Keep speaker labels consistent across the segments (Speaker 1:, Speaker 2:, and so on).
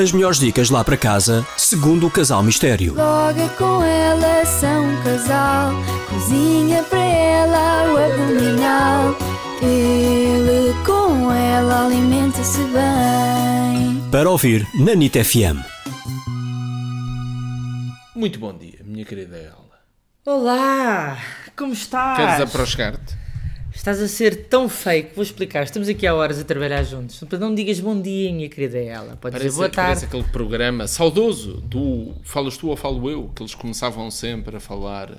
Speaker 1: As melhores dicas lá para casa, segundo o Casal Mistério.
Speaker 2: Logo com ela são um casal, cozinha para ela o abdominal. Ele com ela alimenta-se bem.
Speaker 1: Para ouvir na NIT FM.
Speaker 3: Muito bom dia, minha querida Ela.
Speaker 4: Olá! Como estás?
Speaker 3: Queres aproximar-te?
Speaker 4: Estás a ser tão feio que vou explicar. Estamos aqui há horas a trabalhar juntos. Depois não digas bom dia, minha querida ela. Pode dizer
Speaker 3: Parece,
Speaker 4: boa
Speaker 3: parece
Speaker 4: tarde.
Speaker 3: aquele programa saudoso do Falas Tu ou Falo Eu, que eles começavam sempre a falar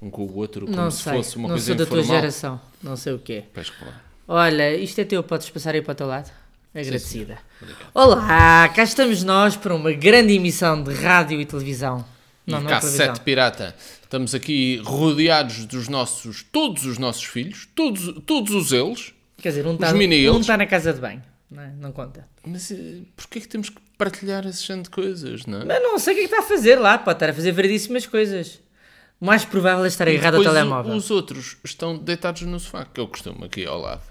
Speaker 3: um com o outro como
Speaker 4: Não
Speaker 3: se
Speaker 4: sei.
Speaker 3: fosse uma
Speaker 4: não
Speaker 3: coisa
Speaker 4: sou da
Speaker 3: informal.
Speaker 4: tua geração. Não sei o quê.
Speaker 3: Pois claro.
Speaker 4: Olha, isto é teu, podes passar aí para o teu lado? Agradecida. Olá, cá estamos nós para uma grande emissão de rádio e televisão. Não,
Speaker 3: e
Speaker 4: não é televisão.
Speaker 3: Cassete Pirata. Estamos aqui rodeados dos nossos, todos os nossos filhos, todos, todos os eles.
Speaker 4: Quer dizer, um está
Speaker 3: mini-eles.
Speaker 4: um tá na casa de banho. Não, é? Não conta.
Speaker 3: Mas eh, porquê é que temos que partilhar esse género de coisas, não é?
Speaker 4: Mas não sei o que é que está a fazer lá. Pode estar a fazer verdíssimas coisas. O mais provável é estar agarrado ao
Speaker 3: Depois o-
Speaker 4: telemóvel.
Speaker 3: Os outros estão deitados no sofá, que eu costumo aqui ao lado,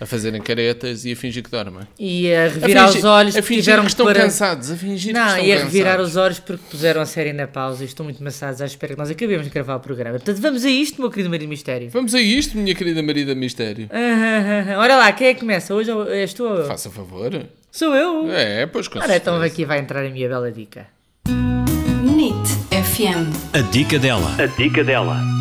Speaker 3: a fazerem caretas e a fingir que dormem.
Speaker 4: E a
Speaker 3: A
Speaker 4: revirar
Speaker 3: fingir-
Speaker 4: os olhos
Speaker 3: a
Speaker 4: porque
Speaker 3: fingir
Speaker 4: tiveram
Speaker 3: que estão
Speaker 4: para...
Speaker 3: cansados, a fingir que
Speaker 4: Não,
Speaker 3: estão
Speaker 4: e a revirar
Speaker 3: cansados.
Speaker 4: os olhos porque puseram a série na pausa e estão muito maçados à espera que nós acabemos de gravar o programa. Portanto, vamos a isto, meu querido marido mistério.
Speaker 3: Vamos a isto, minha querida Marida Mistério.
Speaker 4: Ah, ah, ah, Olha lá, quem é que começa? Hoje ou- és tu ou eu?
Speaker 3: Faça favor.
Speaker 4: Sou eu.
Speaker 3: É, pois com
Speaker 4: Ora, então
Speaker 3: certeza.
Speaker 4: aqui vai entrar a minha bela dica.
Speaker 5: NIT FM.
Speaker 1: A dica dela.
Speaker 6: A dica dela.